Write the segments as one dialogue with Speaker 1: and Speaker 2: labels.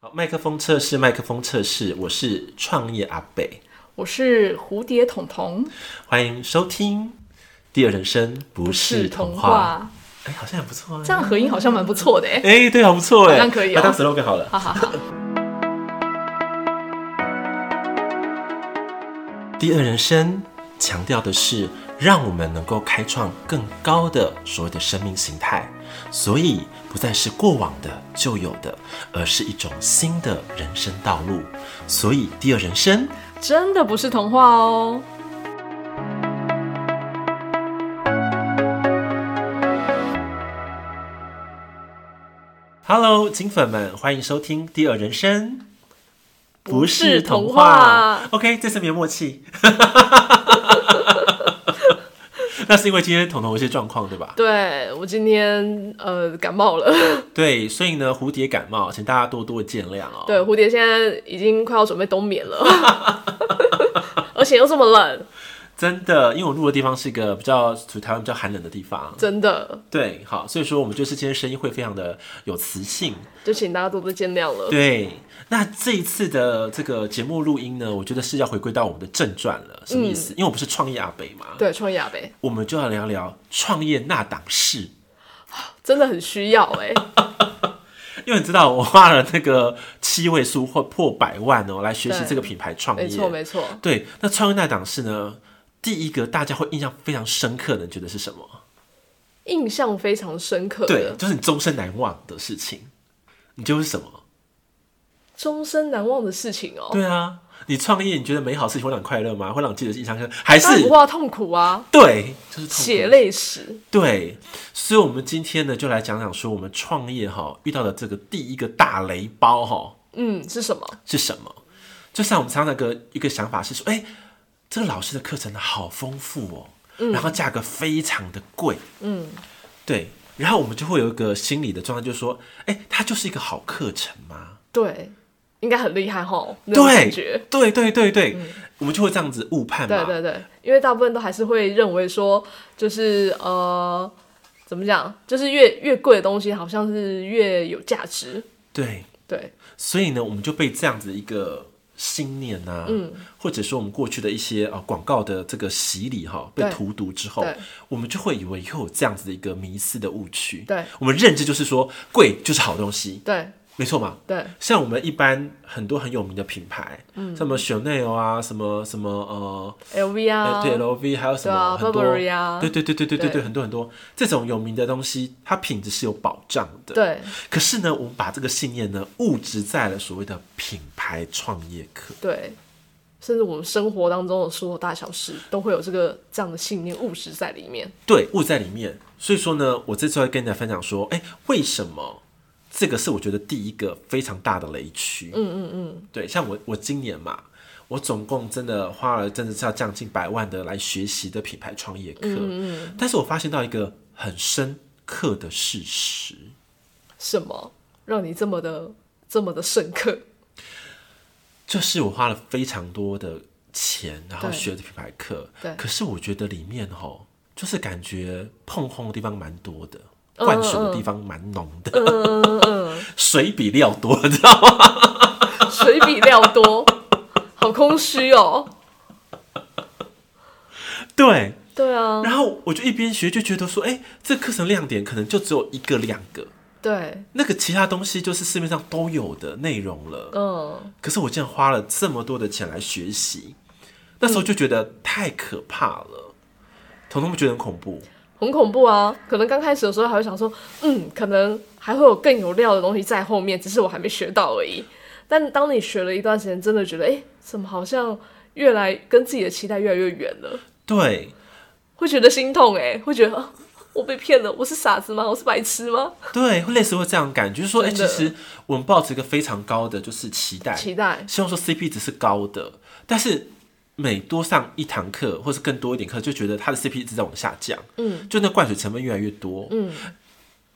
Speaker 1: 好，麦克风测试，麦克风测试，我是创业阿北，
Speaker 2: 我是蝴蝶彤彤，
Speaker 1: 欢迎收听《第二人生不是童话》。哎，好像也不错啊。
Speaker 2: 这样合音好像蛮不错的哎、
Speaker 1: 哎，对，好不错哎，
Speaker 2: 好像可以
Speaker 1: 把
Speaker 2: 哦
Speaker 1: 它当 slogan 好了。
Speaker 2: 哈哈哈，
Speaker 1: 第二人生强调的是，让我们能够开创更高的所谓的生命形态，所以不再是过往的旧有的，而是一种新的人生道路。所以，第二人生
Speaker 2: 真的不是童话哦。
Speaker 1: Hello，金粉们，欢迎收听《第二人生》，
Speaker 2: 不是童话
Speaker 1: OK，这次没默契。 那是因为今天彤彤有一些状况，对吧？
Speaker 2: 对我今天呃感冒了，
Speaker 1: 对，所以呢，蝴蝶感冒，请大家多多见谅哦。
Speaker 2: 对，蝴蝶现在已经快要准备冬 眠了，而且又这么冷，
Speaker 1: 真的，因为我录的地方是一个比较属于台湾比较寒冷的地方。
Speaker 2: 真的
Speaker 1: 对，好，所以说我们就是今天声音会非常的有磁性。
Speaker 2: 就请大家多多见谅了。
Speaker 1: 对，那这一次的这个节目录音呢，我觉得是要回归到我们的正传了。什么意
Speaker 2: 嗯
Speaker 1: 思？因为我不是创业阿北嘛，
Speaker 2: 对，创业呗，
Speaker 1: 我们就要聊聊创业那档事。
Speaker 2: 真的很需要哎、
Speaker 1: 因为你知道，我花了那个七位数或破百万哦，来学习
Speaker 2: 对
Speaker 1: 这个品牌创业。
Speaker 2: 没错没错。
Speaker 1: 对，那创业那档事呢？第一个大家会印象非常深刻的，你觉得是什么？
Speaker 2: 印象非常深刻
Speaker 1: 对
Speaker 2: 的，，
Speaker 1: 就是你终身难忘的事情。你就是什么？
Speaker 2: 终身难忘的事情哦、
Speaker 1: 对啊，你创业，你觉得美好事情会让你快乐吗？会让你记得印象深刻，还是
Speaker 2: 当然不怕痛苦啊，
Speaker 1: 对，就是痛苦
Speaker 2: 血泪史，
Speaker 1: 对，所以，我们今天呢，就来讲讲说我们创业哈遇到的这个第一个大雷包哈
Speaker 2: 嗯，是什么？
Speaker 1: 是什么？就像我们常常的一个想法是说，哎、这个老师的课程好丰富哦，
Speaker 2: 嗯
Speaker 1: 然后价格非常的贵，嗯，对，然后我们就会有一个心理的状态，就是说，哎、它就是一个好课程吗？
Speaker 2: 对，应该很厉害吼，那种感觉嗯
Speaker 1: 对。，对，对，对，对，我们就会这样子误判嘛，
Speaker 2: 对对对，因为大部分都还是会认为说，就是呃，怎么讲，就是越越贵的东西，好像是越有价值。
Speaker 1: 对
Speaker 2: 对，
Speaker 1: 所以呢，我们就被这样子一个信念呐、
Speaker 2: 嗯
Speaker 1: 或者说我们过去的一些啊广告的这个洗礼哈、被
Speaker 2: 对
Speaker 1: 荼毒之后
Speaker 2: 对，
Speaker 1: 我们就会以为又有这样子的一个迷思的误区。
Speaker 2: 对，
Speaker 1: 我们认知就是说贵就是好东西，
Speaker 2: 对，
Speaker 1: 没错嘛。
Speaker 2: 对，
Speaker 1: 像我们一般很多很有名的品牌，嗯，什么 Chanel 啊，什么什么呃，
Speaker 2: ，LV 啊，
Speaker 1: 对 LV，还有什
Speaker 2: 对
Speaker 1: 么
Speaker 2: 啊
Speaker 1: 很多，
Speaker 2: ，Burberry 啊
Speaker 1: 对对对对对对对，
Speaker 2: 对
Speaker 1: 很多很多这种有名的东西，它品质是有保障的。
Speaker 2: 对
Speaker 1: 可是呢，我们把这个信念呢物质在了所谓的品牌创业课。
Speaker 2: 对甚至我们生活当中的所有大小事，都会有这个这样的信念务实在里面。
Speaker 1: 对，物质在里面。所以说呢，我这次要跟大家分享说，哎、为什么这个是我觉得第一个非常大的雷区？嗯嗯嗯，对，像我我今年嘛，我总共真的花了真的是要将近百万的来学习的品牌创业课，嗯嗯但是我发现到一个很深刻的事实，
Speaker 2: 什么让你这么的这么的 深刻？
Speaker 1: 就是我花了非常多的钱，然后
Speaker 2: 对
Speaker 1: 学的品牌课，
Speaker 2: 对
Speaker 1: 可是我觉得里面吼，就是感觉碰碰的地方蛮多的，
Speaker 2: 嗯
Speaker 1: 灌水的地方蛮浓的， 水比料多，你知道吗？
Speaker 2: 水比料多，好空虚哦。
Speaker 1: 对。
Speaker 2: 对啊，
Speaker 1: 然后我就一边学，就觉得说，哎、这课程亮点可能就只有一个两个，
Speaker 2: 对，
Speaker 1: 那个其他东西就是市面上都有的内容了。
Speaker 2: 嗯，
Speaker 1: 可是我竟然花了这么多的钱来学习，那时候就觉得太可怕了。彤彤不觉得很恐怖？
Speaker 2: 很恐怖啊！可能刚开始的时候还会想说，嗯，可能还会有更有料的东西在后面，只是我还没学到而已。但当你学了一段时间，真的觉得，哎、怎么好像越来跟自己的期待越来越远了？
Speaker 1: 对，
Speaker 2: 会觉得心痛、哎，会觉得、啊我被骗了，我是傻子吗？我是白痴吗？
Speaker 1: 对，会类似会这样的感觉，就是说，哎、
Speaker 2: 真
Speaker 1: 其
Speaker 2: 的
Speaker 1: 实我们抱持一个非常高的就是期待，
Speaker 2: 期待，
Speaker 1: 希望说 CP 值是高的，但是每多上一堂课或是更多一点课，就觉得它的 CP 值在往下降，嗯，就那灌水成本越来越多，嗯，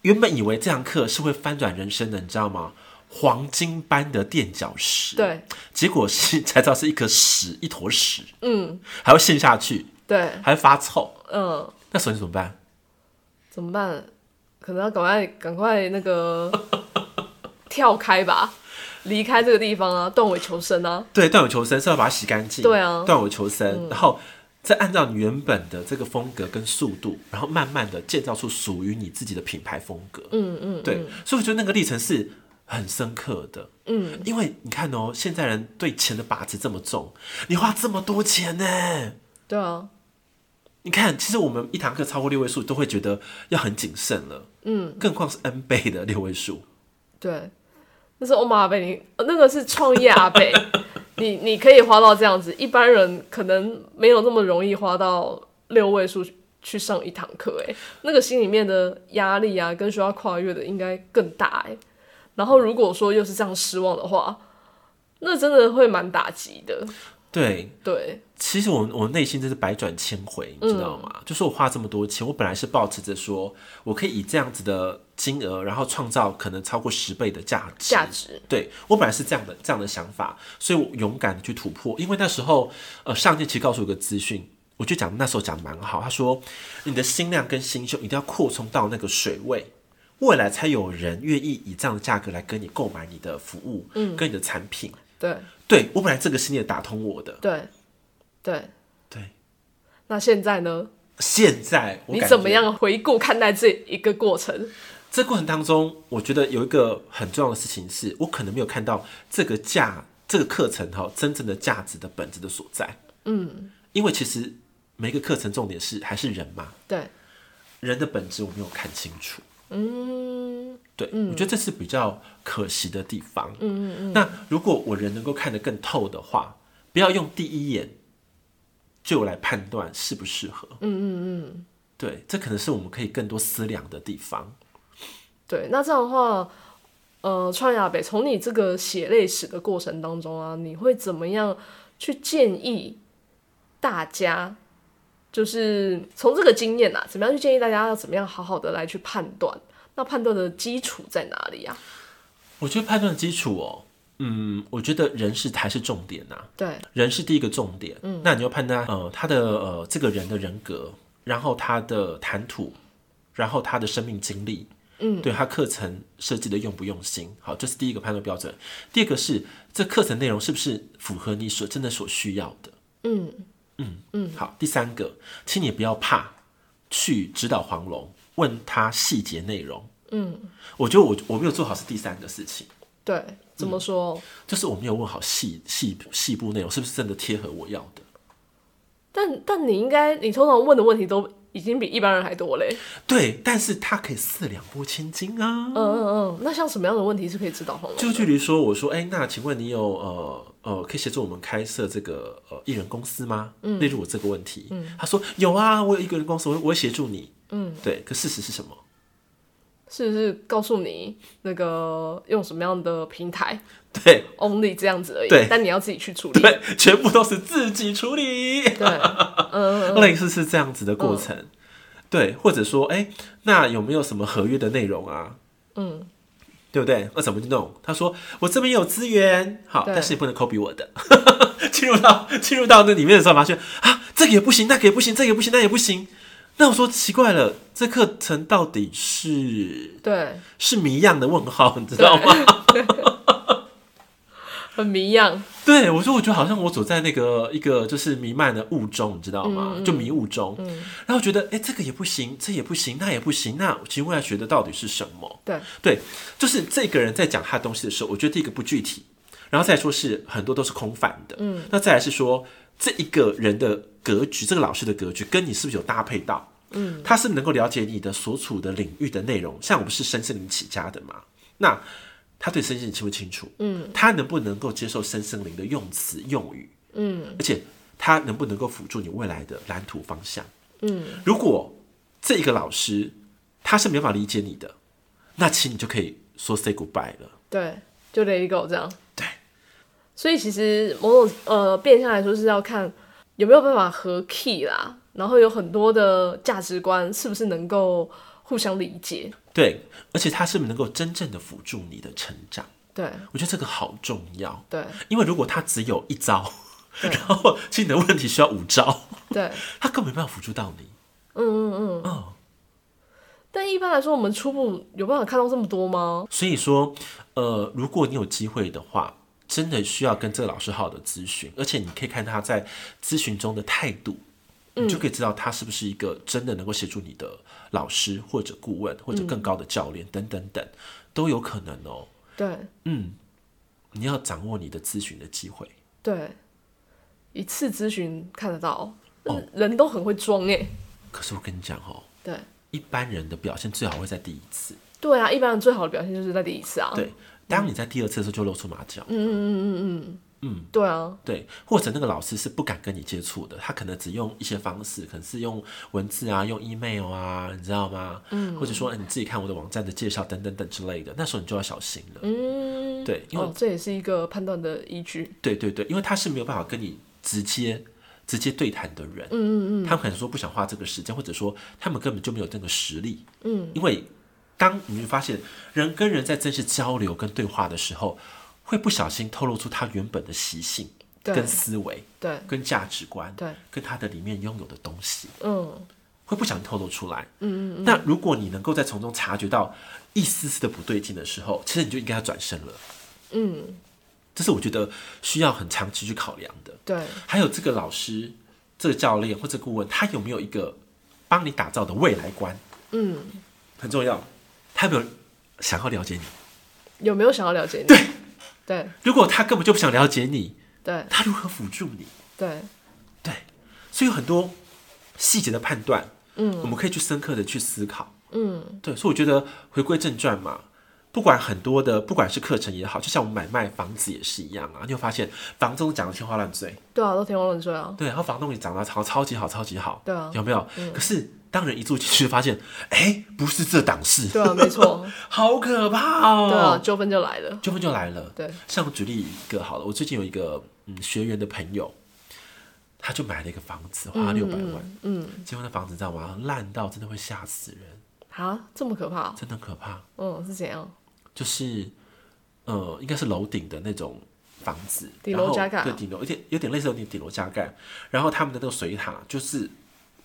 Speaker 1: 原本以为这堂课是会翻转人生的，你知道吗？黄金般的垫脚石，，
Speaker 2: 对
Speaker 1: 结果是才知道是一颗屎，一坨屎，
Speaker 2: 嗯，
Speaker 1: 还会陷下去，
Speaker 2: 对，
Speaker 1: 还会发臭，
Speaker 2: 嗯，
Speaker 1: 那时候你怎么办？
Speaker 2: 怎么办？可能要赶快赶快那个跳开吧。离开这个地方啊，断尾求生啊。
Speaker 1: 对，断尾求生是要把它洗干净。
Speaker 2: 对啊
Speaker 1: 断尾求生，然后再按照你原本的这个风格跟速度，然后慢慢的建造出属于你自己的品牌风格。嗯嗯，对，所以我觉得那个历程是很深刻的。嗯，因为你看哦，现在人对钱的把持这么重，你花这么多钱呢。
Speaker 2: 对啊，
Speaker 1: 你看，其实我们一堂课超过六位数都会觉得要很谨慎了，嗯，更何况是 N 倍的六位数，
Speaker 2: 对，那是欧玛阿贝，你呃那个是创业阿贝，你你可以花到这样子，一般人可能没有那么容易花到六位数去去上一堂课，哎，那个心里面的压力啊，跟需要跨越的应该更大，哎，然后如果说又是这样失望的话，那真的会蛮打击的，
Speaker 1: 对，
Speaker 2: 对，
Speaker 1: 其实我我内心真是百转千回，你知道
Speaker 2: 嗯
Speaker 1: 吗？就是我花这么多钱，我本来是抱持着说我可以以这样子的金额，然后创造可能超过十倍的价值。
Speaker 2: 价值，
Speaker 1: 对我本来是这样的这样的想法，所以我勇敢的去突破。因为那时候，呃，上天其实告诉我一个资讯，我就讲那时候讲得蛮好，他说你的心量跟心胸一定要扩充到那个水位。未来才有人愿意以这样的价格来跟你购买你的服务，嗯，跟你的产品。
Speaker 2: 对
Speaker 1: 对我本来这个信念打通我的，
Speaker 2: 对对，
Speaker 1: 对，
Speaker 2: 那现在呢？
Speaker 1: 现在我
Speaker 2: 你
Speaker 1: 感
Speaker 2: 怎么
Speaker 1: 觉
Speaker 2: 样回顾看待这一个过程？
Speaker 1: 这过程当中，我觉得有一个很重要的事情是，我可能没有看到这个价这个课程哈真正的价值的本质的所在。嗯，因为其实每一个课程重点是还是人嘛，
Speaker 2: 对，
Speaker 1: 人的本质我没有看清楚。
Speaker 2: 嗯，
Speaker 1: 对，我觉得这是比较可惜的地方。嗯嗯嗯。那如果我人能够看得更透的话，不要用第一眼就来判断适不适合。嗯嗯嗯。对，这可能是我们可以更多思量的地方。
Speaker 2: 对，那这样的话，呃，川亚北，从你这个写类史的过程当中啊，你会怎么样去建议大家？就是从这个经验啊，怎么样去建议大家要怎么样好好的来去判断？那判断的基础在哪里啊？
Speaker 1: 我觉得判断的基础哦，嗯，我觉得人是还是重点呐、
Speaker 2: 对，
Speaker 1: 人是第一个重点。嗯，那你要判断呃他的呃这个人的人格，然后他的谈吐，然后他的生命经历，嗯，对他课程设计的用不用心，好，这是第一个判断标准。第二个是这课程内容是不是符合你所真的所需要的。嗯嗯嗯，好，第三个，请你不要怕去指导黄龙，问他细节内容。嗯，我觉得我我没有做好是第三个事情。
Speaker 2: 对，怎么说？
Speaker 1: 就是我没有问好细细细部内容是不是真的贴合我要的。
Speaker 2: 但但你应该，你通常问的问题都已经比一般人还多嘞。
Speaker 1: 对，但是它可以四两拨千斤啊。
Speaker 2: 嗯嗯嗯，那像什么样的问题是可以指导黄龙？
Speaker 1: 就距离说，我说，哎、那请问你有呃呃，可以协助我们开设这个呃艺人公司吗？嗯，例如我这个问题，嗯，他说有啊，我有一个人公司，我我会协助你，嗯，对。可事实是什么？
Speaker 2: 是不是告诉你那个用什么样的平台？
Speaker 1: 对
Speaker 2: only 这样子而已。
Speaker 1: 对
Speaker 2: 但你要自己去处理。
Speaker 1: 对，全部都是自己处理。
Speaker 2: 对，嗯，
Speaker 1: 类似是这样子的过程，对，或者说，哎、那有没有什么合约的内容啊？嗯，对不对？那怎么去弄？他说我这边有资源，好，
Speaker 2: 对
Speaker 1: 但是你不能 copy 我的。 进入到进入到那里面的时候，发现啊，这个也不行，那个也不行，这个也不行，那个也不行。那我说奇怪了，这课程到底是
Speaker 2: 对，
Speaker 1: 是谜样的问号，你知道吗？
Speaker 2: 很迷样。
Speaker 1: 对，我说我觉得好像我走在那个一个就是弥漫的雾中，你知道吗？就迷雾中，然后觉得哎，这个也不行，这也不行，那也不行，那请问要学的到底是什么？
Speaker 2: 对，
Speaker 1: 对，就是这个人在讲他的东西的时候，我觉得第一个不具体，然后再说是很多都是空泛的，嗯，那再来是说这一个人的格局，这个老师的格局跟你是不是有搭配到？嗯，他是不是能够了解你的所处的领域的内容，像我们是身心灵起家的嘛，那他对身心灵清不清楚？嗯，他能不能够接受身心灵的用词用语？嗯，而且他能不能够辅助你未来的蓝图方向？嗯，如果这一个老师他是没办法理解你的，那其实你就可以说 say goodbye 了。
Speaker 2: 对，就 Let It Go 这样。
Speaker 1: 对，
Speaker 2: 所以其实某种呃变相来说是要看有没有办法合 key 啦，然后有很多的价值观是不是能够互相理解。
Speaker 1: 对，而且他是不是能够真正的辅助你的成长？
Speaker 2: 对
Speaker 1: 我觉得这个好重要，
Speaker 2: 对
Speaker 1: 因为如果他只有一招，
Speaker 2: 对
Speaker 1: 然后其实你的问题需要五招，
Speaker 2: 对，
Speaker 1: 他根本没办法辅助到你。
Speaker 2: 嗯嗯嗯。但一般来说，我们初步有办法看到这么多吗？
Speaker 1: 所以说，呃，如果你有机会的话，真的需要跟这个老师好好的咨询，而且你可以看他在咨询中的态度，你就可以知道他是不是一个真的能够协助你的老师或者顾问或者更高的教练等等等，都有可能哦。
Speaker 2: 对
Speaker 1: 嗯你要掌握你的咨询的机会。
Speaker 2: 对，一次咨询看得到，
Speaker 1: 哦
Speaker 2: 人都很会装哎、
Speaker 1: 可是我跟你讲哦，
Speaker 2: 对
Speaker 1: 一般人的表现最好会在第一次，
Speaker 2: 对啊，一般人最好的表现就是在第一次啊。
Speaker 1: 对。当你在第二次的时候就露出马脚，
Speaker 2: 嗯对啊，
Speaker 1: 对，或者那个老师是不敢跟你接触的，他可能只用一些方式，可能是用文字啊，用 email 啊，你知道吗？嗯，或者说、哎你自己看我的网站的介绍等等等之类的，那时候你就要小心了。
Speaker 2: 嗯，
Speaker 1: 对，因为、
Speaker 2: 哦，这也是一个判断的依据。
Speaker 1: 对对对，因为他是没有办法跟你直接直接对谈的人，嗯嗯嗯，他们可能说不想花这个时间，或者说他们根本就没有这个实力，嗯，因为当你会发现人跟人在真实交流跟对话的时候，会不小心透露出他原本的习性、
Speaker 2: 对
Speaker 1: 跟思维、
Speaker 2: 对
Speaker 1: 跟价值观、
Speaker 2: 对，
Speaker 1: 跟他的里面拥有的东西，
Speaker 2: 嗯，
Speaker 1: 会不小心透露出来。嗯嗯。那如果你能够在从中察觉到一丝丝的不对劲的时候，其实你就应该要转身了。嗯，这是我觉得需要很长期去考量的。
Speaker 2: 对，
Speaker 1: 还有这个老师、这个教练或这个顾问，他有没有一个帮你打造的未来观？
Speaker 2: 嗯，
Speaker 1: 很重要。他有没有想要了解你？
Speaker 2: 有没有想要了解你？对，对，
Speaker 1: 如果他根本就不想了解你，
Speaker 2: 对，
Speaker 1: 他如何辅助你？
Speaker 2: 对，
Speaker 1: 对，所以有很多细节的判断，嗯，我们可以去深刻的去思考，嗯，对，所以我觉得回归正传嘛，不管很多的，不管是课程也好，就像我们买卖房子也是一样啊，你有发现房东讲的天花乱坠，
Speaker 2: 对啊，都天花乱坠啊。
Speaker 1: 对，然后房东也讲的超超级好，超级好，
Speaker 2: 对啊
Speaker 1: 有没有？可是当人一住进去，发现，哎、不是这档事，
Speaker 2: 对啊，没错，
Speaker 1: 好可怕哦，
Speaker 2: 对啊，纠纷就来了。
Speaker 1: 纠纷就来了。
Speaker 2: 对，
Speaker 1: 像我举例一个好了，我最近有一个嗯学员的朋友，他就买了一个房子，花了六百万，嗯，结果那房子你知道吗？烂到真的会吓死人，
Speaker 2: 啊，这么可怕？
Speaker 1: 真的可怕。
Speaker 2: 嗯，是怎样？
Speaker 1: 就是呃，应该是楼顶的那种房子，
Speaker 2: 顶楼
Speaker 1: 然后
Speaker 2: 加盖啊
Speaker 1: 对，顶楼有点有点类似有点顶楼加盖，然后他们的那个水塔就是。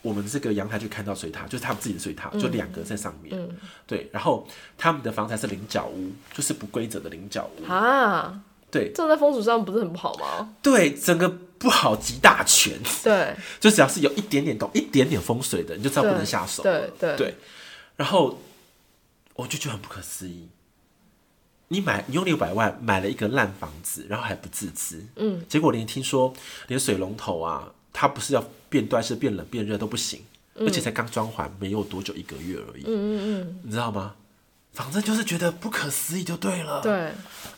Speaker 1: 我们这个阳台就看到水塔，就是他们自己的水塔，
Speaker 2: 嗯
Speaker 1: 就两个在上面。对，然后他们的房子还是菱角屋，就是不规则的菱角屋。
Speaker 2: 啊，
Speaker 1: 对
Speaker 2: 这在风俗上不是很不好吗？
Speaker 1: 对，整个不好集大全。
Speaker 2: 对，
Speaker 1: 就只要是有一点点懂一点点风水的，你就知道不能
Speaker 2: 对
Speaker 1: 下手
Speaker 2: 对
Speaker 1: 了
Speaker 2: 对
Speaker 1: 然后我就觉得很不可思议，你买你用六百万买了一个烂房子，然后还不自知，嗯，结果连听说连水龙头啊，它不是要变断是变冷变热都不行，而且才刚装潢没有多久一个月而已，嗯嗯嗯，你知道吗？反正就是觉得不可思议就对了，
Speaker 2: 对，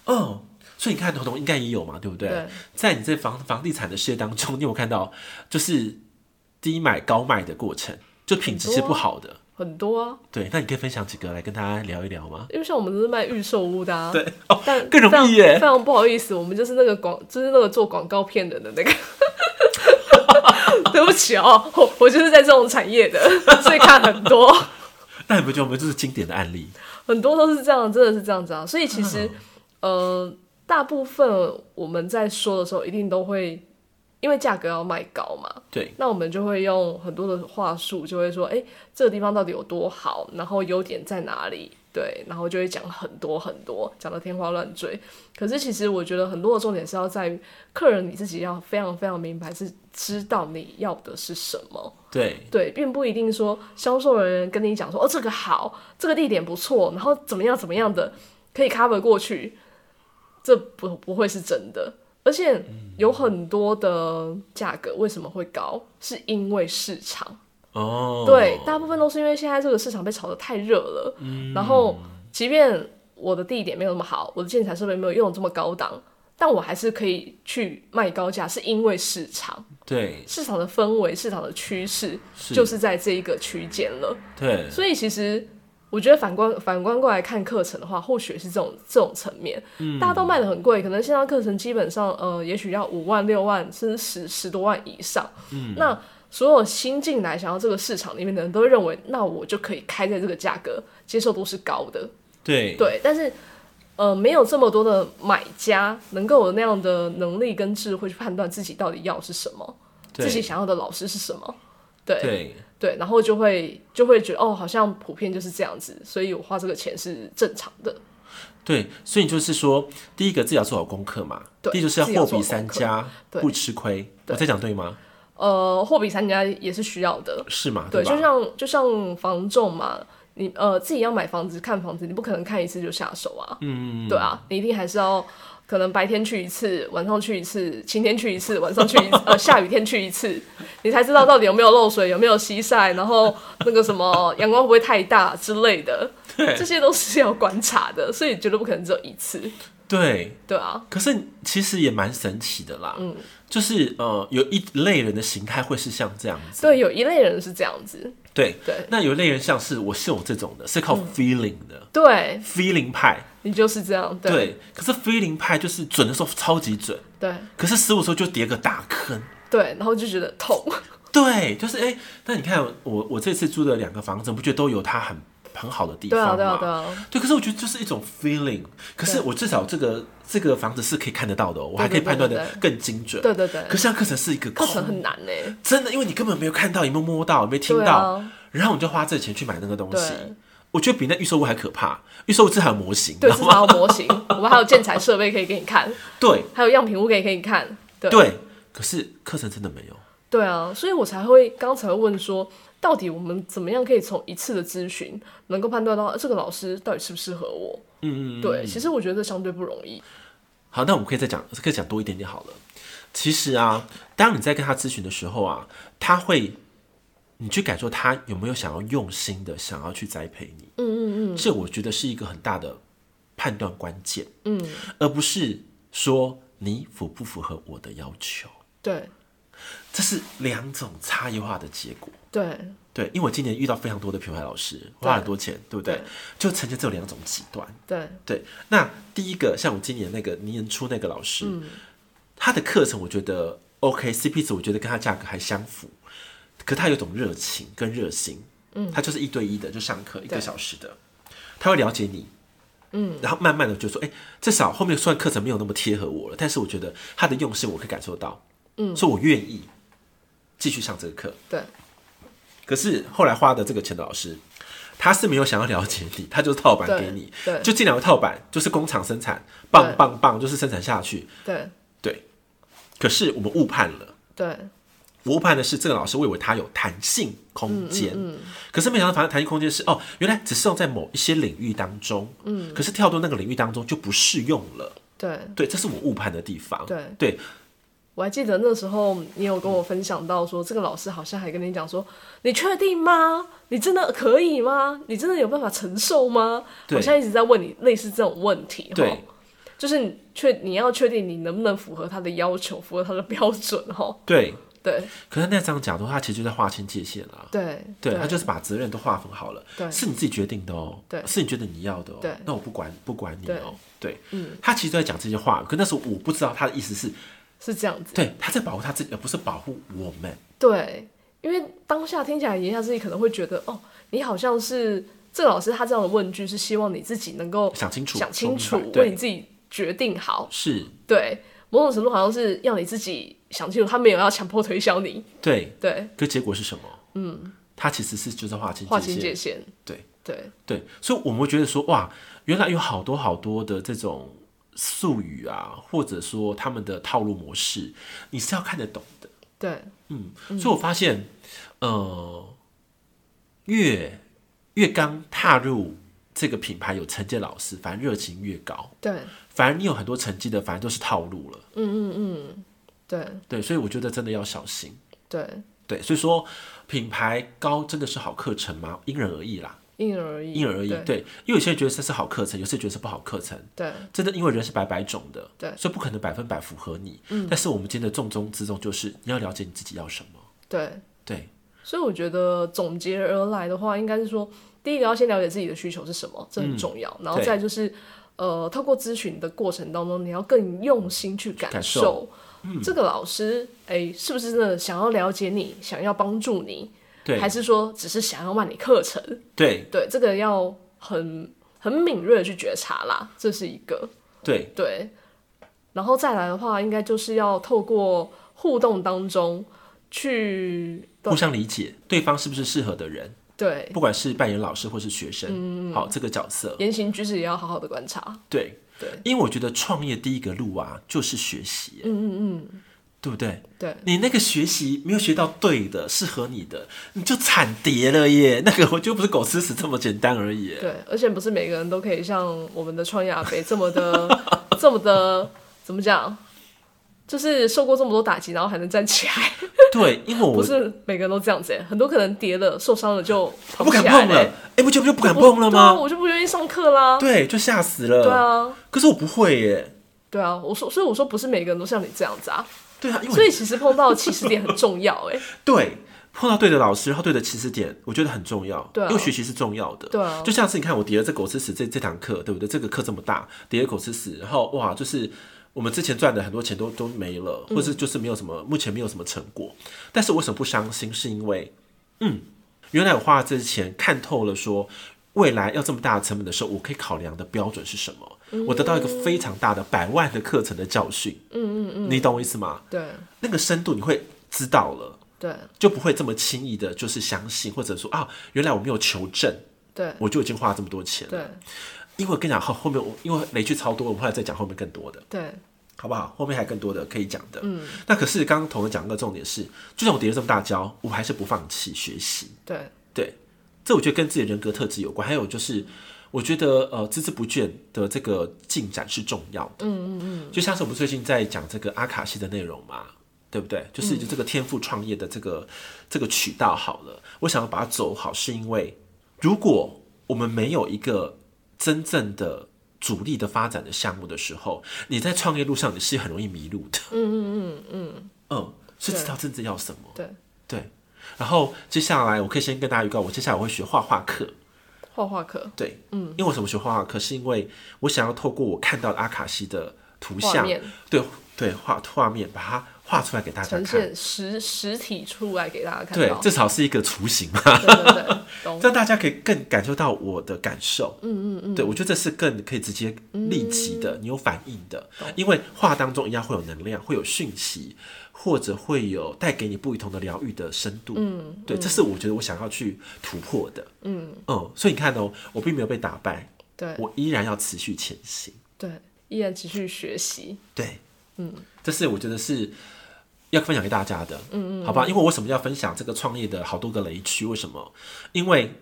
Speaker 1: 嗯，所以你看，彤彤应该也有嘛，对不对？
Speaker 2: 对
Speaker 1: 在你这房房地产的事业当中，你有看到就是低买高卖的过程，就品质是不好的。
Speaker 2: 很多啊，
Speaker 1: 对，那你可以分享几个来跟大家聊一聊吗？
Speaker 2: 因为像我们都是卖预售屋的啊。
Speaker 1: 对，哦，
Speaker 2: 但
Speaker 1: 更容易耶
Speaker 2: 非常非常不好意思，我们就是那个广，就是那个做广告骗人的那个。 对不起哦，我我就是在这种产业的，所以看很多
Speaker 1: 那你不觉得我们就是经典的案例？
Speaker 2: 很多都是这样，真的是这样子啊。所以其实，
Speaker 1: 嗯
Speaker 2: 呃，大部分我们在说的时候，一定都会因为价格要卖高嘛，
Speaker 1: 对，
Speaker 2: 那我们就会用很多的话术，就会说，哎、这个地方到底有多好，然后优点在哪里？对，然后就会讲很多很多，讲的天花乱坠。可是其实我觉得很多的重点是要在于客人你自己要非常非常明白，是知道你要的是什么。
Speaker 1: 对，
Speaker 2: 对，并不一定说销售人员跟你讲说，哦，这个好，这个地点不错，然后怎么样怎么样的，可以 cover 过去，这不不会是真的。而且有很多的价格为什么会高，是因为市场。
Speaker 1: 哦，
Speaker 2: 对，大部分都是因为现在这个市场被炒得太热了，然后即便我的地点没有那么好，我的建材设备没有用得这么高档，但我还是可以去卖高价，是因为市场。
Speaker 1: 对，
Speaker 2: 市场的氛围、市场的趋势，
Speaker 1: 是
Speaker 2: 就是在这一个区间了。
Speaker 1: 对，
Speaker 2: 所以其实我觉得反观反观过来看课程的话，或许是这种这种层面，
Speaker 1: 嗯
Speaker 2: 大家都卖的很贵，可能线上课程基本上呃，也许要五万、六万，甚至十十多万以上。嗯，那所有新进来想要这个市场里面的人都会认为，那我就可以开在这个价格，接受度是高的。
Speaker 1: 对，
Speaker 2: 对，但是呃，没有这么多的买家能够有那样的能力跟智慧去判断自己到底要是什么，
Speaker 1: 对
Speaker 2: 自己想要的老师是什么。对
Speaker 1: 对，
Speaker 2: 对，然后就会就会觉得哦，好像普遍就是这样子，所以我花这个钱是正常的。
Speaker 1: 对，所以就是说，第一个自己要做好功课嘛，
Speaker 2: 对
Speaker 1: 第一就是要
Speaker 2: 自己要
Speaker 1: 货
Speaker 2: 做
Speaker 1: 比
Speaker 2: 好
Speaker 1: 三
Speaker 2: 功课
Speaker 1: 家，
Speaker 2: 对
Speaker 1: 不吃亏。我
Speaker 2: 对
Speaker 1: 在讲对吗？
Speaker 2: 呃，货比三家也是需要的，
Speaker 1: 是吗？
Speaker 2: 对，
Speaker 1: 吧？
Speaker 2: 就像就像房仲嘛，你呃自己要买房子看房子，你不可能看一次就下手啊，嗯，对啊，你一定还是要可能白天去一次，晚上去一次，晴天去一次，晚上去 一次，呃下雨天去一次，你才知道到底有没有漏水，有没有西晒，然后那个什么阳光会不会太大之类的，
Speaker 1: 对
Speaker 2: 这些都是要观察的，所以绝对不可能只有一次，
Speaker 1: 对，
Speaker 2: 对啊，
Speaker 1: 可是其实也蛮神奇的啦。嗯，就是呃，有一类人的形态会是像这样子。
Speaker 2: 对，有一类人是这样子，
Speaker 1: 对
Speaker 2: 对嗯
Speaker 1: 那有一类人像是我是有这种的，是靠 feeling 的、
Speaker 2: 对
Speaker 1: feeling 派。
Speaker 2: 你就是这样，对
Speaker 1: 对，可是 feeling 派就是准的时候超级准，
Speaker 2: 对
Speaker 1: 可是失误的时候就跌个大坑。
Speaker 2: 对，然后就觉得痛，
Speaker 1: 对，就是哎、那你看我我这次租的两个房子，不觉得都有它很很好的地
Speaker 2: 对
Speaker 1: 方
Speaker 2: 啊
Speaker 1: 吗？
Speaker 2: 对啊对啊，
Speaker 1: 对，可是我觉得就是一种 feeling。可是
Speaker 2: 对
Speaker 1: 我至少这个这个房子是可以看得到的哦、我还可以
Speaker 2: 对对对
Speaker 1: 判断
Speaker 2: 对
Speaker 1: 的更精准。
Speaker 2: 对对对。
Speaker 1: 可是像课程是一个
Speaker 2: 课
Speaker 1: 空
Speaker 2: 程很难呢、
Speaker 1: 真的，因为你根本没有看到，也没有摸到，也没听
Speaker 2: 对
Speaker 1: 到，
Speaker 2: 啊
Speaker 1: 然后你就花这钱去买那个东西
Speaker 2: 对，
Speaker 1: 我觉得比那预售物还可怕。预售物至少有模型，
Speaker 2: 对，
Speaker 1: 你知
Speaker 2: 至
Speaker 1: 道吗
Speaker 2: 少有模 型，我们还有建材设备可以给你看，
Speaker 1: 对
Speaker 2: 还有样品屋可以给你看。对啊
Speaker 1: 对，可是课程真的没有。
Speaker 2: 对啊，所以我才会刚才问说，到底我们怎么样可以从一次的咨询能够判断到呃这个老师到底适不适合我？嗯嗯，对，其实我觉得相对不容易。
Speaker 1: 好，那我们可以再讲，可以讲多一点点好了。其实啊，当你在跟他咨询的时候啊，他会，你去感受他有没有想要用心的想要去栽培你。嗯嗯嗯，这我觉得是一个很大的判断关键。嗯，而不是说你符不符合我的要求，
Speaker 2: 对
Speaker 1: 这是两种差异化的结果。
Speaker 2: 对
Speaker 1: 对，因为我今年遇到非常多的品牌老师，花很多钱，对不对？
Speaker 2: 对
Speaker 1: 就呈现这两种极端。
Speaker 2: 对
Speaker 1: 对，那第一个像我今年那个年初那个老师，他的课程我觉得 OK，CP 值我觉得跟他价格还相符，可他有种热情跟热心，嗯，他就是一对一的就上课一个小时的，他会了解你。嗯，然后慢慢的就说，哎、至少后面虽然课程没有那么贴合我了，但是我觉得他的用心我可以感受到，嗯，所以我愿意继续上这个课。
Speaker 2: 对
Speaker 1: 可是后来花的这个钱的老师，他是没有想要了解你，他就是套板给你，
Speaker 2: 对对
Speaker 1: 就进两个套板，就是工厂生产，棒棒棒，就是生产下去，
Speaker 2: 对
Speaker 1: 对。可是我们误判了，
Speaker 2: 对
Speaker 1: 我误判的是这个老师，我以为他有弹性空间，
Speaker 2: 嗯
Speaker 1: 可是没想到，反正弹性空间是哦，原来只适用在某一些领域当中，嗯，可是跳到那个领域当中就不适用了，
Speaker 2: 对，
Speaker 1: 对，这是我误判的地方，
Speaker 2: 对
Speaker 1: 对
Speaker 2: 我还记得那时候你有跟我分享到说，这个老师好像还跟你讲说，你确定吗？你真的可以吗？你真的有办法承受吗？
Speaker 1: 对
Speaker 2: 好像一直在问你类似这种问题，
Speaker 1: 对
Speaker 2: 齁就是你确你要确定你能不能符合他的要求，符合他的标准，哈，
Speaker 1: 对。
Speaker 2: 对
Speaker 1: 可是那这样讲的话，他其实就在划清界限了、啊
Speaker 2: 对
Speaker 1: 对他就是把责任都划分好了，
Speaker 2: 对
Speaker 1: 是你自己决定的哦，
Speaker 2: 对
Speaker 1: 是你觉得你要的哦，
Speaker 2: 对
Speaker 1: 那我不管不管你哦，对，嗯，他其实都在讲这些话，可那时候我不知道他的意思是，
Speaker 2: 是这样子，
Speaker 1: 对，他在保护他自己，而不是保护我们，
Speaker 2: 对，因为当下听起来言下之意可能会觉得，哦，你好像是这个老师他这样的问句是希望你自己能够
Speaker 1: 想清楚，
Speaker 2: 想清楚
Speaker 1: 说明，白
Speaker 2: 为你
Speaker 1: 对，
Speaker 2: 自己决定好，
Speaker 1: 是，
Speaker 2: 对，某种程度好像是要你自己想清楚，他没有要强迫推销你，
Speaker 1: 对，
Speaker 2: 对，
Speaker 1: 可结果是什么？嗯，他其实是就是划清
Speaker 2: 划
Speaker 1: 界限，
Speaker 2: 清界限，
Speaker 1: 对
Speaker 2: 对
Speaker 1: 对，所以我们会觉得说，哇，原来有好多好多的这种术语啊，或者说他们的套路模式，你是要看得懂的。
Speaker 2: 对
Speaker 1: 嗯，所以我发现，呃，越越刚踏入这个品牌有成绩的老师，反而热情越高，
Speaker 2: 对
Speaker 1: 反而你有很多成绩的，反而都是套路了。
Speaker 2: 对
Speaker 1: 对，所以我觉得真的要小心。
Speaker 2: 对，
Speaker 1: 对，所以说品牌高真的是好课程吗？因人而异啦，
Speaker 2: 因人而异，
Speaker 1: 因人而异。
Speaker 2: 对
Speaker 1: 对，因为有些人觉得这是好课程，有些人觉得是不好课程。
Speaker 2: 对
Speaker 1: 真的，因为人是百百种的，
Speaker 2: 对
Speaker 1: 所以不可能百分百符合你。嗯，但是我们今天的重中之重就是你要了解你自己要什么。
Speaker 2: 对，
Speaker 1: 对，
Speaker 2: 所以我觉得总结而来的话，应该是说，第一个要先了解自己的需求是什么，这很重要，然后
Speaker 1: 对
Speaker 2: 再就是。呃，透过咨询的过程当中，你要更用心去感
Speaker 1: 感受
Speaker 2: 受嗯这个老师，哎、是不是真的想要了解你，想要帮助你，
Speaker 1: 对，
Speaker 2: 还是说只是想要卖你课程？
Speaker 1: 对，
Speaker 2: 对，这个要很很敏锐的去觉察啦，这是一个
Speaker 1: 对，
Speaker 2: 对。然后再来的话，应该就是要透过互动当中，去
Speaker 1: 互相理解对方是不是适合的人，
Speaker 2: 对嗯
Speaker 1: 不管是扮演老师或是学生，好这个角色，
Speaker 2: 言行举止也要好好的观察。
Speaker 1: 对，
Speaker 2: 对
Speaker 1: 因为我觉得创业第一个路啊，就是学习，嗯嗯嗯，对不对？
Speaker 2: 对，
Speaker 1: 你那个学习没有学到对的，适合你的，你就惨跌了耶。 那个我就不是狗吃屎这么简单而已。
Speaker 2: 对，而且不是每个人都可以像我们的创业阿北这 么的、这么的怎么讲，就是受过这么多打击，然后还能站起 来，
Speaker 1: 对，因为我
Speaker 2: 不是每个人都这样子欸。很多可能跌了、受伤了就
Speaker 1: 我
Speaker 2: 跑
Speaker 1: 不敢
Speaker 2: 起来
Speaker 1: 碰了，
Speaker 2: 嘞
Speaker 1: 哎、不就不就不敢
Speaker 2: 我
Speaker 1: 碰了
Speaker 2: 对
Speaker 1: 吗？
Speaker 2: 啊，我就不愿意上课啦。
Speaker 1: 对，就吓死了。
Speaker 2: 对，啊，
Speaker 1: 可是我不会耶。
Speaker 2: 对啊，我说，所以我说不是每个人都像你这样子啊。
Speaker 1: 对啊，因为
Speaker 2: 所以其实碰到起始点很重要， 哎，
Speaker 1: 对，碰到对的老师，然后对的起始点，我觉得很重要。
Speaker 2: 对啊
Speaker 1: 因为学习是重要的。
Speaker 2: 对啊
Speaker 1: 就像是你看，我叠了这狗吃屎这这堂课，对不对？这个课这么大，叠了狗吃屎，然后哇，就是我们之前赚的很多钱都都没了，
Speaker 2: 嗯
Speaker 1: 或是就是没有什么，目前没有什么成果。但是我为什么不伤心？是因为，嗯，原来我花了这些钱，看透了说。未来要这么大的成本的时候，我可以考量的标准是什么？
Speaker 2: 嗯
Speaker 1: 我得到一个非常大的百万的课程的教训。嗯嗯嗯，你懂我意思吗？
Speaker 2: 对
Speaker 1: 那个深度你会知道了。
Speaker 2: 对
Speaker 1: 就不会这么轻易的，就是相信或者说啊，原来我没有求证，
Speaker 2: 对
Speaker 1: 我就已经花了这么多钱了。
Speaker 2: 对
Speaker 1: 因为我跟你讲，后后面我因为雷区超多，我们后来再讲后面更多的，
Speaker 2: 对
Speaker 1: 好不好？后面还更多的可以讲的。嗯，那可是刚刚同仁讲到的重点是，就算我跌了这么大跤，我还是不放弃学习。
Speaker 2: 对
Speaker 1: 对，这我觉得跟自己的人格特质有关，还有就是。我觉得呃，孜孜不倦的这个进展是重要的。嗯嗯嗯，就像是我们最近在讲这个阿卡西的内容嘛，对不对？就是就这个天赋创业的这个、这个渠道好了，我想要把它走好，是因为如果我们没有一个真正的主力的发展的项目的时候，你在创业路上你是很容易迷路的。嗯嗯嗯嗯嗯，是知道真正要什么。
Speaker 2: 对，
Speaker 1: 对，然后接下来我可以先跟大家预告，我接下来我会学画画课。
Speaker 2: 画画课
Speaker 1: 对，嗯，因为我什么学画画课，是因为我想要透过我看到的阿卡西的图
Speaker 2: 画
Speaker 1: 像
Speaker 2: 面，
Speaker 1: 对对画画面，把它画出来给大家
Speaker 2: 呈
Speaker 1: 看。
Speaker 2: 现哦实实体出来给大家看
Speaker 1: 对
Speaker 2: 到，，
Speaker 1: 至少是一个雏形嘛，
Speaker 2: 对对 对，懂
Speaker 1: 这样大家可以更感受到我的感受。嗯嗯嗯，嗯对我觉得这是更可以直接立即的，你有反应的，因为画当中一样会有能量，会有讯息，或者会有带给你不同的疗愈的深度。嗯，对，这是我觉得我想要去突破的。嗯嗯，所以你看哦，我并没有被打败，
Speaker 2: 对
Speaker 1: 我依然要持续前行。
Speaker 2: 对，依然持续学习，
Speaker 1: 对，嗯，这是我觉得是要分享给大家的，嗯嗯，好吧？因为我为什么要分享这个创业的好多个雷区？为什么？因为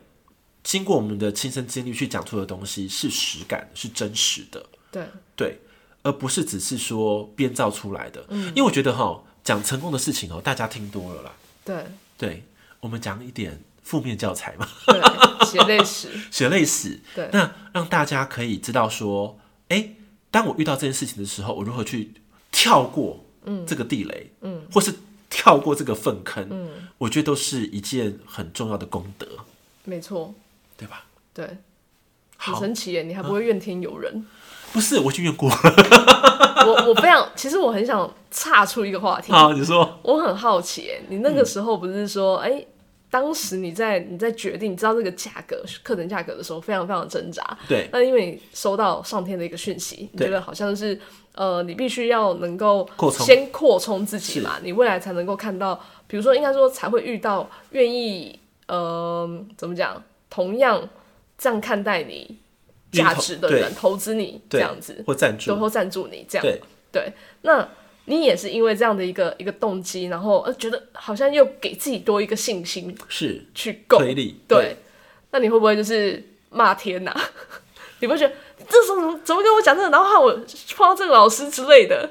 Speaker 1: 经过我们的亲身经历去讲出的东西是实感，是真实的，
Speaker 2: 对
Speaker 1: 对，而不是只是说编造出来的。嗯，因为我觉得哈，讲成功的事情哦，大家听多了啦，
Speaker 2: 对
Speaker 1: 对我们讲一点负面教材嘛，
Speaker 2: 对，血泪史，
Speaker 1: 血泪史。
Speaker 2: 对
Speaker 1: 那让大家可以知道说，哎、当我遇到这件事情的时候，我如何去跳过这个地雷，嗯，或是跳过这个粪坑，嗯，我觉得都是一件很重要的功德，
Speaker 2: 没错，
Speaker 1: 对吧？
Speaker 2: 对，很
Speaker 1: 好，
Speaker 2: 神奇耶，你还不会怨天尤人。
Speaker 1: 不是我去怨 过
Speaker 2: 我我非常，其实我很想岔出一个话题，
Speaker 1: 好，你说
Speaker 2: 我很好奇耶，你
Speaker 1: 嗯
Speaker 2: 那个时候不是说，哎、当时你在你在决定，你知道这个价格课程价格的时候，非常非常挣扎。
Speaker 1: 对
Speaker 2: 那因为你收到上天的一个讯息，你
Speaker 1: 对
Speaker 2: 觉得好像是呃，你必须要能够
Speaker 1: 扩充
Speaker 2: 先扩充自己嘛，你未来才能够看到，比如说应该说才会遇到愿意呃怎么讲，同样这样看待你
Speaker 1: 愿意
Speaker 2: 价
Speaker 1: 投
Speaker 2: 值的
Speaker 1: 对
Speaker 2: 人，投资你这
Speaker 1: 对
Speaker 2: 样子，
Speaker 1: 或赞
Speaker 2: 都
Speaker 1: 助，
Speaker 2: 会赞助你这样。
Speaker 1: 对
Speaker 2: 对，那你也是因为这样的一个一个动机，然后呃觉得好像又给自己多一个信心
Speaker 1: 是
Speaker 2: 去够。
Speaker 1: 推力，
Speaker 2: 对，那你会不会就是骂天呐、 你会觉得这时候怎么怎么跟我讲这个，然后害我碰到这个老师之类的？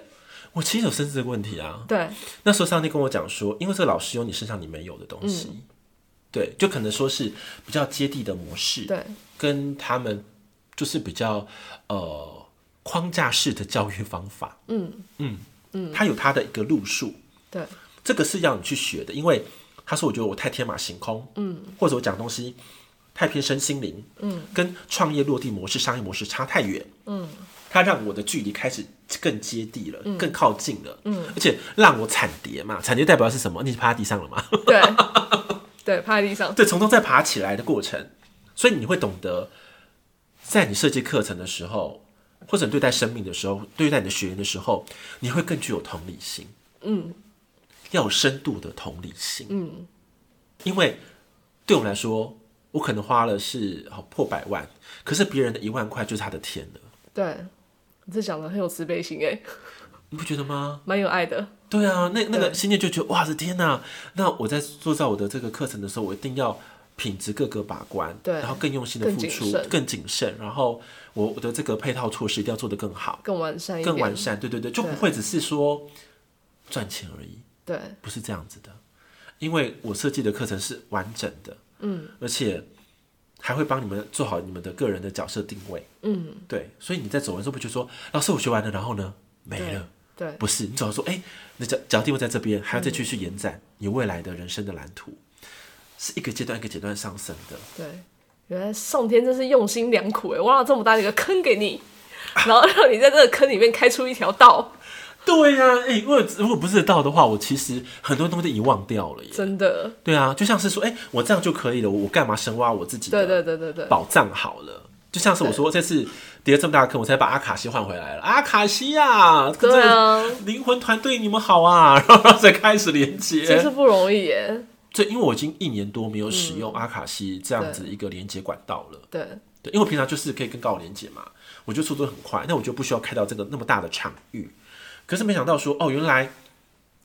Speaker 1: 我其实有深思这个问题啊，
Speaker 2: 对
Speaker 1: 那时候上帝跟我讲说，因为这个老师有你身上你没有的东西，
Speaker 2: 嗯
Speaker 1: 对，就可能说是比较接地的模式，
Speaker 2: 对，
Speaker 1: 跟他们就是比较呃框架式的教育方法，嗯嗯嗯，他有他的一个路数，
Speaker 2: 对
Speaker 1: 这个是要你去学的，因为他说我觉得我太天马行空，嗯，或者我讲东西太偏身心灵，嗯，跟创业落地模式、商业模式差太远，嗯，他让我的距离开始更接地了，更靠近了，嗯，而且让我惨跌嘛，惨跌代表是什么？你趴在地上了吗？
Speaker 2: 对对，趴在地上，
Speaker 1: 对，从中再爬起来的过程，所以你会懂得，在你设计课程的时候，或者你对待生命的时候，对待你的学员的时候，你会更具有同理心。嗯，要有深度的同理心。嗯，因为对我们来说，我可能花了是好破百万，可是别人的一万块就是他的天了，
Speaker 2: 对，你这讲的很有慈悲心哎，
Speaker 1: 你不觉得吗？
Speaker 2: 蛮有爱的。
Speaker 1: 对啊，那那个
Speaker 2: 对
Speaker 1: 心念就觉得哇，我的天哪！那我在做到我的这个课程的时候，我一定要品质各个把关，
Speaker 2: 对
Speaker 1: 然后更用心的
Speaker 2: 更
Speaker 1: 付
Speaker 2: 谨
Speaker 1: 出，
Speaker 2: 慎
Speaker 1: 更谨慎，然后我我的这个配套措施一定要做得更好、
Speaker 2: 更完善一点，
Speaker 1: 更完善。对对对，就不
Speaker 2: 对
Speaker 1: 会只是说赚钱而已，
Speaker 2: 对，
Speaker 1: 不是这样子的。因为我设计的课程是完整的，嗯，而且还会帮你们做好你们的个人的角色定位，嗯，对。所以你在走完之后不就说，老师我学完了，然后呢没
Speaker 2: 对
Speaker 1: 了。
Speaker 2: 对，
Speaker 1: 不是，你总要说，哎、你脚脚定位在这边，还要再继续延展、你未来的人生的蓝图，是一个阶段一个阶段上升的。
Speaker 2: 对，原来上天真是用心良苦哎，挖了这么大的一个坑给你， 然后让你在这个坑里面开出一条道，
Speaker 1: 对呀、哎、如果如果不是道的话，我其实很多东西都遗忘掉了耶。
Speaker 2: 真的，
Speaker 1: 对啊，就像是说，哎、我这样就可以了，我我干嘛深挖我自己
Speaker 2: 对
Speaker 1: 的
Speaker 2: 对对对对，
Speaker 1: 宝藏好了？就像是我说这次跌了这么大的坑，我才把阿卡西换回来了。阿卡西呀、啊，
Speaker 2: 对啊，
Speaker 1: 灵魂团队你们好啊， 然后再开始连接，
Speaker 2: 真是不容易耶，
Speaker 1: 这因为我已经一年多没有使用阿卡西这样子一个连接管道了。
Speaker 2: 对
Speaker 1: 对，因为我平常就是可以跟高我连接嘛，我就速度很快，那我就不需要开到这个那么大的场域。可是没想到说，哦，原来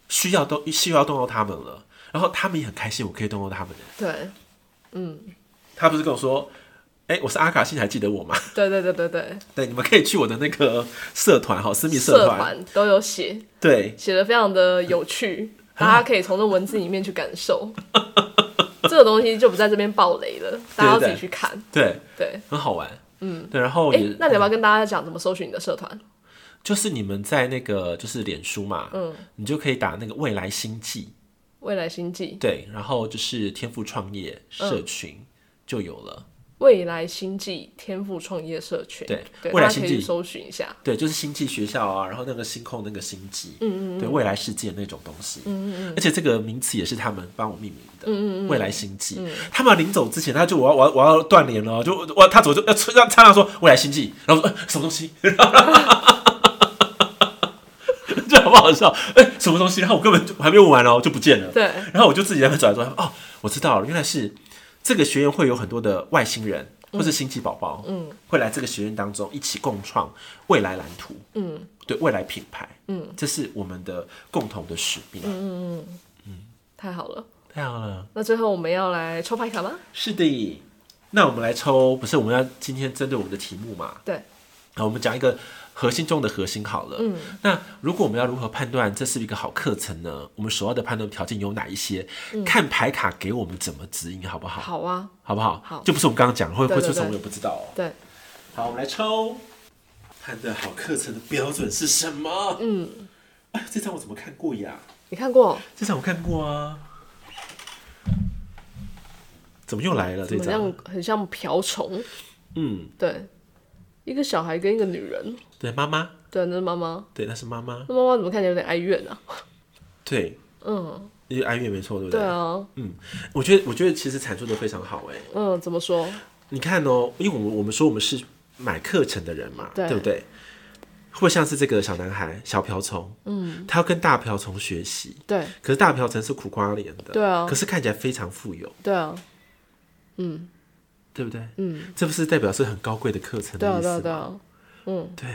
Speaker 1: 需要动需要动到他们了，然后他们也很开心，我可以动到他们。
Speaker 2: 对
Speaker 1: 他不是跟我说，哎、我是阿卡西，你还记得我吗？
Speaker 2: 对对对对对，
Speaker 1: 对，你们可以去我的那个社团哈，私密
Speaker 2: 社
Speaker 1: 团。
Speaker 2: 团都有写，
Speaker 1: 对，
Speaker 2: 写的非常的有 趣，大家可以从这文字里面去感受。这个东西就不在这边爆雷了，大家要自己去看。
Speaker 1: 对，
Speaker 2: 对，
Speaker 1: 很好玩。嗯，对，然后
Speaker 2: 哎、
Speaker 1: 也、嗯
Speaker 2: 那你要不要跟大家讲怎么搜寻你的社团？
Speaker 1: 就是你们在那个就是脸书嘛，嗯，你就可以打那个未来星际，
Speaker 2: 未来星际，
Speaker 1: 对，然后就是天赋创业
Speaker 2: 嗯
Speaker 1: 社群就有了。
Speaker 2: 未来星际天赋创业社群，
Speaker 1: 对
Speaker 2: 对，
Speaker 1: 未来
Speaker 2: 大家可
Speaker 1: 星
Speaker 2: 以
Speaker 1: 际
Speaker 2: 搜寻一下。
Speaker 1: 对，就是星际学校啊，然后那个星空那个星际，嗯嗯对未来世界那种东西，嗯嗯而且这个名词也是他们帮我命名的，嗯嗯未来星际，他们临走之前，他就我要我要我要断联了哦，就我他走就要吹让他他说未来星际，然后我说、呃、什么东西， 这好不好笑？哎、什么东西？然后我根本就我还没问完哦，就不见了，
Speaker 2: 对
Speaker 1: 然后我就自己在那边转来转去，哦，我知道了，原来是这个学院会有很多的外星人或是星际宝宝，嗯，会来这个学院当中一起共创未来蓝图，嗯，对未来品牌，嗯，这是我们的共同的使命，
Speaker 2: 太好了，
Speaker 1: 太好了，
Speaker 2: 那最后我们要来抽牌卡吗？
Speaker 1: 是的。那我们来抽，不是我们要今天针对我们的题目嘛？
Speaker 2: 对，
Speaker 1: 好，我们讲一个核心中的核心好了。嗯，那如果我们要如何判断这是一个好课程呢？我们首要的判断条件有哪一些？看牌卡给我们怎么指引，好不好？
Speaker 2: 嗯好啊，
Speaker 1: 好不好？
Speaker 2: 好
Speaker 1: 就不是我们刚刚讲会
Speaker 2: 对
Speaker 1: 会
Speaker 2: 对
Speaker 1: 出什么，
Speaker 2: 对
Speaker 1: 我也不知道哦。
Speaker 2: 对，
Speaker 1: 好，我们来抽，判断好课程的标准是什么？嗯，哎，这张我怎么看过呀？
Speaker 2: 你看过？
Speaker 1: 这张我看过啊，怎么又来了这
Speaker 2: 怎么
Speaker 1: 张
Speaker 2: 样？？很像瓢虫，
Speaker 1: 嗯，
Speaker 2: 对，一个小孩跟一个女人，
Speaker 1: 对，妈妈，
Speaker 2: 对，那是妈妈，
Speaker 1: 对，那是妈妈，
Speaker 2: 那妈妈怎么看起来有点哀怨啊？
Speaker 1: 对，
Speaker 2: 嗯，
Speaker 1: 因为哀乐没错，对不对？
Speaker 2: 对啊，
Speaker 1: 嗯，我觉得我觉得其实阐述的非常好哎、
Speaker 2: 嗯，怎么说？
Speaker 1: 你看哦，因为我们我们说我们是买课程的人嘛，
Speaker 2: 对
Speaker 1: 不对？会像是这个小男孩小瓢虫，嗯，他要跟大瓢虫学习，
Speaker 2: 对
Speaker 1: 可是大瓢虫是苦瓜脸的，
Speaker 2: 对啊
Speaker 1: 可是看起来非常富有，
Speaker 2: 对啊，
Speaker 1: 对不对？嗯，这不是代表是很高贵的课程的
Speaker 2: 对啊，
Speaker 1: 意
Speaker 2: 对啊，
Speaker 1: 思
Speaker 2: 对
Speaker 1: 吗？
Speaker 2: 啊，
Speaker 1: 对，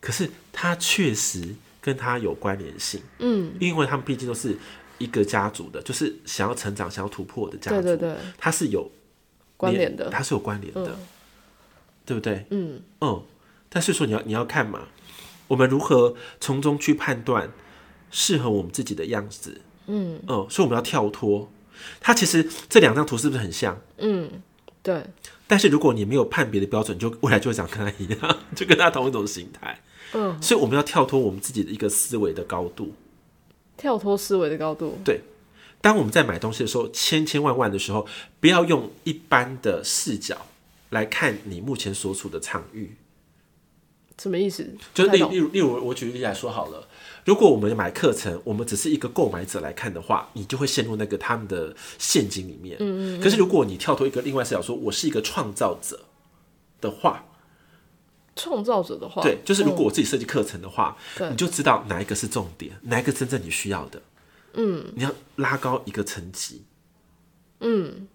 Speaker 1: 可是他确实跟他有关联性，嗯，因为他们毕竟都是一个家族的，就是想要成长、想要突破的家族，
Speaker 2: 对对对，
Speaker 1: 他是有
Speaker 2: 关联的，嗯
Speaker 1: 它是有关联的，对不对？嗯但是说你要你要看嘛，我们如何从中去判断适合我们自己的样子？嗯所以我们要跳脱。它其实这两张图是不是很像？
Speaker 2: 对
Speaker 1: 但是如果你没有判别的标准，你就未来就会长跟他一样， 就跟他同一种形态。
Speaker 2: 嗯，
Speaker 1: 所以我们要跳脱我们自己的一个思维的高度。
Speaker 2: 跳脱思维的高度，
Speaker 1: 对，当我们在买东西的时候，千千万万的时候，不要用一般的视角来看你目前所处的场域。
Speaker 2: 什么意思？
Speaker 1: 就是
Speaker 2: 不
Speaker 1: 例
Speaker 2: 太懂
Speaker 1: 例如例如我举例来说好了，如果我们买课程，我们只是一个购买者来看的话，你就会陷入那个他们的陷阱里面。嗯嗯可是如果你跳脱一个另外视角说，我是一个创造者的话，
Speaker 2: 创造者的话，
Speaker 1: 对，就是如果我自己设计课程的话，
Speaker 2: 对
Speaker 1: 你就知道哪一个是重点，哪一个真正你需要的。嗯，你要拉高一个层级，嗯，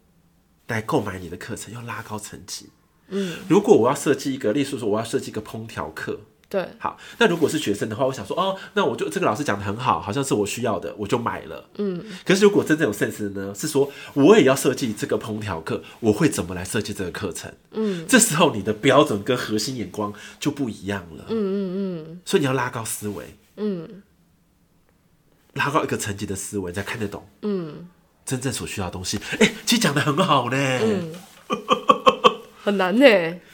Speaker 1: 来购买你的课程，要拉高层级。嗯，如果我要设计一个，例如说我要设计一个烹调课，
Speaker 2: 嗯对，
Speaker 1: 好，那如果是学生的话，我想说，哦，那我就这个老师讲的很好，好像是我需要的，我就买了。嗯，可是如果真正有 sense 的呢，是说我也要设计这个烹调课，我会怎么来设计这个课程？嗯，这时候你的标准跟核心眼光就不一样了。嗯嗯嗯，所以你要拉高思维，嗯，拉高一个层级的思维，你才看得懂，嗯，真正所需要的东西。哎、其实讲的很好呢，
Speaker 2: 很难呢、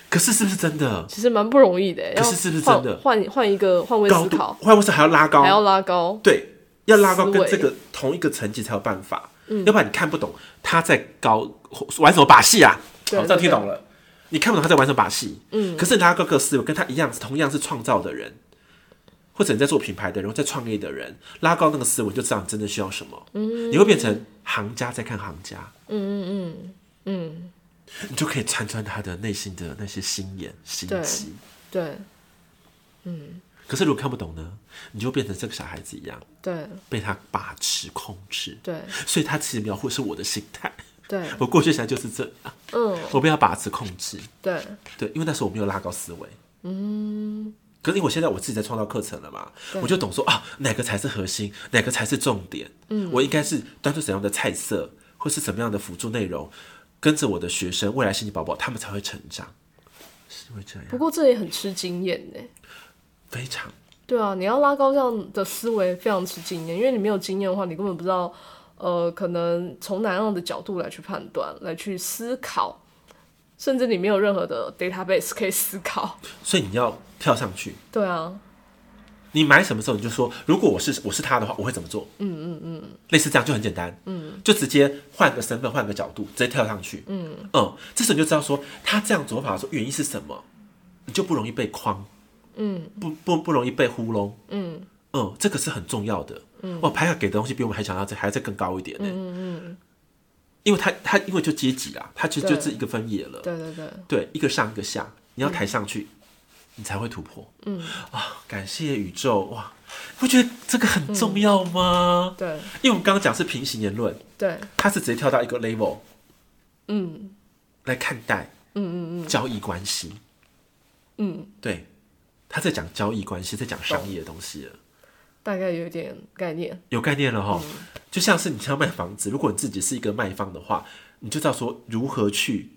Speaker 1: 可是是不是真的？
Speaker 2: 其实蛮不容易的、欸要
Speaker 1: 可是是不是
Speaker 2: 换
Speaker 1: 真的
Speaker 2: 换换一个换位
Speaker 1: 高
Speaker 2: 思
Speaker 1: 度
Speaker 2: 考，
Speaker 1: 换位思考还要拉高，
Speaker 2: 还要拉高，
Speaker 1: 对，要拉高
Speaker 2: 思
Speaker 1: 跟
Speaker 2: 维
Speaker 1: 这个同一个层级才有办法，要不然你看不懂他在高玩什么把戏啊。
Speaker 2: 对
Speaker 1: 好，这样听
Speaker 2: 对
Speaker 1: 懂了，你看不懂他在玩什么把戏。嗯，可是你拉高个思维，跟他一样，同样是创造的人，或者你在做品牌的人，或在创业的人，拉高那个思维，就知道你真的需要什么。嗯，你会变成行家在看行家。嗯嗯嗯嗯，你就可以穿穿他的内心的那些心眼心
Speaker 2: 对
Speaker 1: 机。
Speaker 2: 对
Speaker 1: 可是如果看不懂呢，你就变成这个小孩子一样，
Speaker 2: 对
Speaker 1: 被他把持控制。
Speaker 2: 对
Speaker 1: 所以他其实描绘是我的心态。
Speaker 2: 对，
Speaker 1: 我过去现在就是这样，
Speaker 2: 嗯，
Speaker 1: 我被他把持控制。
Speaker 2: 对
Speaker 1: 对，因为那时候我没有拉高思维。嗯。可是因为我现在我自己在创造课程了嘛，我就懂说啊，哪个才是核心，哪个才是重点。嗯，我应该是端出怎样的菜色，或是怎么样的辅助内容，跟着我的学生未来心理宝宝，他们才会成长。是会这
Speaker 2: 不
Speaker 1: 样，
Speaker 2: 过这也很吃经验呢、
Speaker 1: 非常
Speaker 2: 对啊，你要拉高这样的思维，非常吃经验，因为你没有经验的话，你根本不知道，呃，可能从哪样的角度来去判断，来去思考，甚至你没有任何的 database 可以思考。
Speaker 1: 所以你要跳上去。
Speaker 2: 对啊，
Speaker 1: 你买什么时候你就说，如果我是我是他的话，我会怎么做？嗯嗯嗯，类似这样就很简单，嗯，就直接换个身份，换个角度，直接跳上去，嗯嗯，这时候你就知道说他这样做法说原因是什么，你就不容易被框，嗯，不不不容易被糊弄，嗯嗯，这个是很重要的，嗯，哇，排卡给的东西比我们还想要再还要再更高一点呢，嗯嗯，因为他他因为就阶级啦，他其实
Speaker 2: 对
Speaker 1: 就是一个分野了，
Speaker 2: 对对对，
Speaker 1: 对，一个上一个下，你要抬上去，你才会突破。嗯啊，感谢宇宙哇！不觉得这个很重要吗？
Speaker 2: 对
Speaker 1: 因为我们刚刚讲是平行言论，
Speaker 2: 对
Speaker 1: 它是直接跳到一个 level，嗯，来看待，嗯嗯嗯嗯，交易关系，嗯，对，他在讲交易关系，在讲商业的东西了。
Speaker 2: 大概有一点概念。
Speaker 1: 有概念了哈。就像是你想要卖房子，如果你自己是一个卖方的话，你就知道说如何去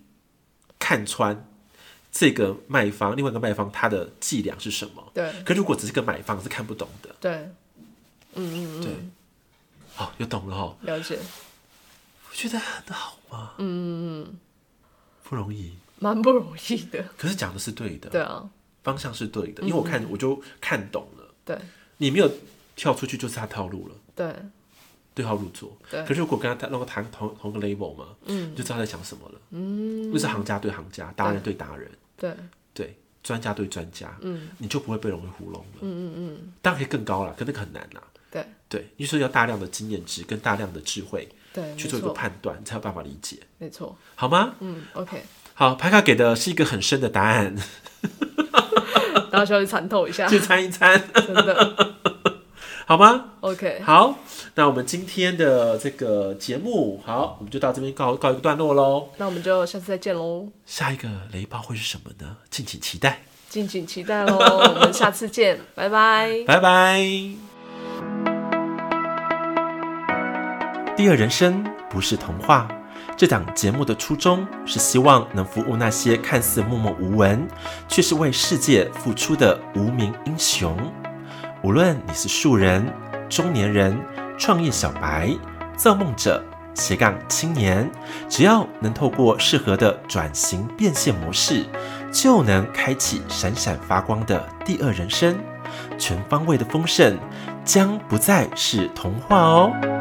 Speaker 1: 看穿这个卖方，另外一个卖方他的伎俩是什么。
Speaker 2: 对
Speaker 1: 可如果只是个买方，是看不懂的。
Speaker 2: 对，
Speaker 1: 对，好、有懂了哈。
Speaker 2: 了解，
Speaker 1: 我觉得很好嘛。嗯嗯嗯，不容易，
Speaker 2: 蛮不容易的。
Speaker 1: 可是讲的是对的，嗯
Speaker 2: 对啊，
Speaker 1: 方向是对的，因为我看我就看懂了。
Speaker 2: 对
Speaker 1: 你没有跳出去，就是他套路了。
Speaker 2: 对
Speaker 1: 对号入座。
Speaker 2: 对
Speaker 1: 可是如果跟他能够谈同同个 label 嘛，嗯，你就知道他在想什么了。嗯，就是行家对行家，达人对达人，
Speaker 2: 对
Speaker 1: 对专家对专家，嗯，你就不会被容易糊弄了。嗯嗯嗯，当然可以更高啦，可那个很难啦。
Speaker 2: 对
Speaker 1: 对，因为说要大量的经验值跟大量的智慧
Speaker 2: 对，没
Speaker 1: 去做一个
Speaker 2: 错
Speaker 1: 判断，你才有办法理解，
Speaker 2: 没错。
Speaker 1: 好吗？
Speaker 2: 嗯，OK，
Speaker 1: 好，牌卡给的是一个很深的答 案，
Speaker 2: 大家需要去参透一下，
Speaker 1: 去参一参，
Speaker 2: 真的。
Speaker 1: 好吗？
Speaker 2: OK，
Speaker 1: 好，那我们今天的这个节目，好，我们就到这边告告一个段落喽。
Speaker 2: 那我们就下次再见喽，
Speaker 1: 下一个雷暴会是什么呢？敬请期待，
Speaker 2: 敬请期待喽，我们下次见，拜拜。
Speaker 1: 拜拜。第二人生不是童话。这档节目的初衷是希望能服务那些看似默默无闻，却是为世界付出的无名英雄。无论你是素人、中年人、创业小白、造梦者、斜杠青年，只要能透过适合的转型变现模式，就能开启闪闪发光的第二人生。全方位的丰盛将不再是童话哦。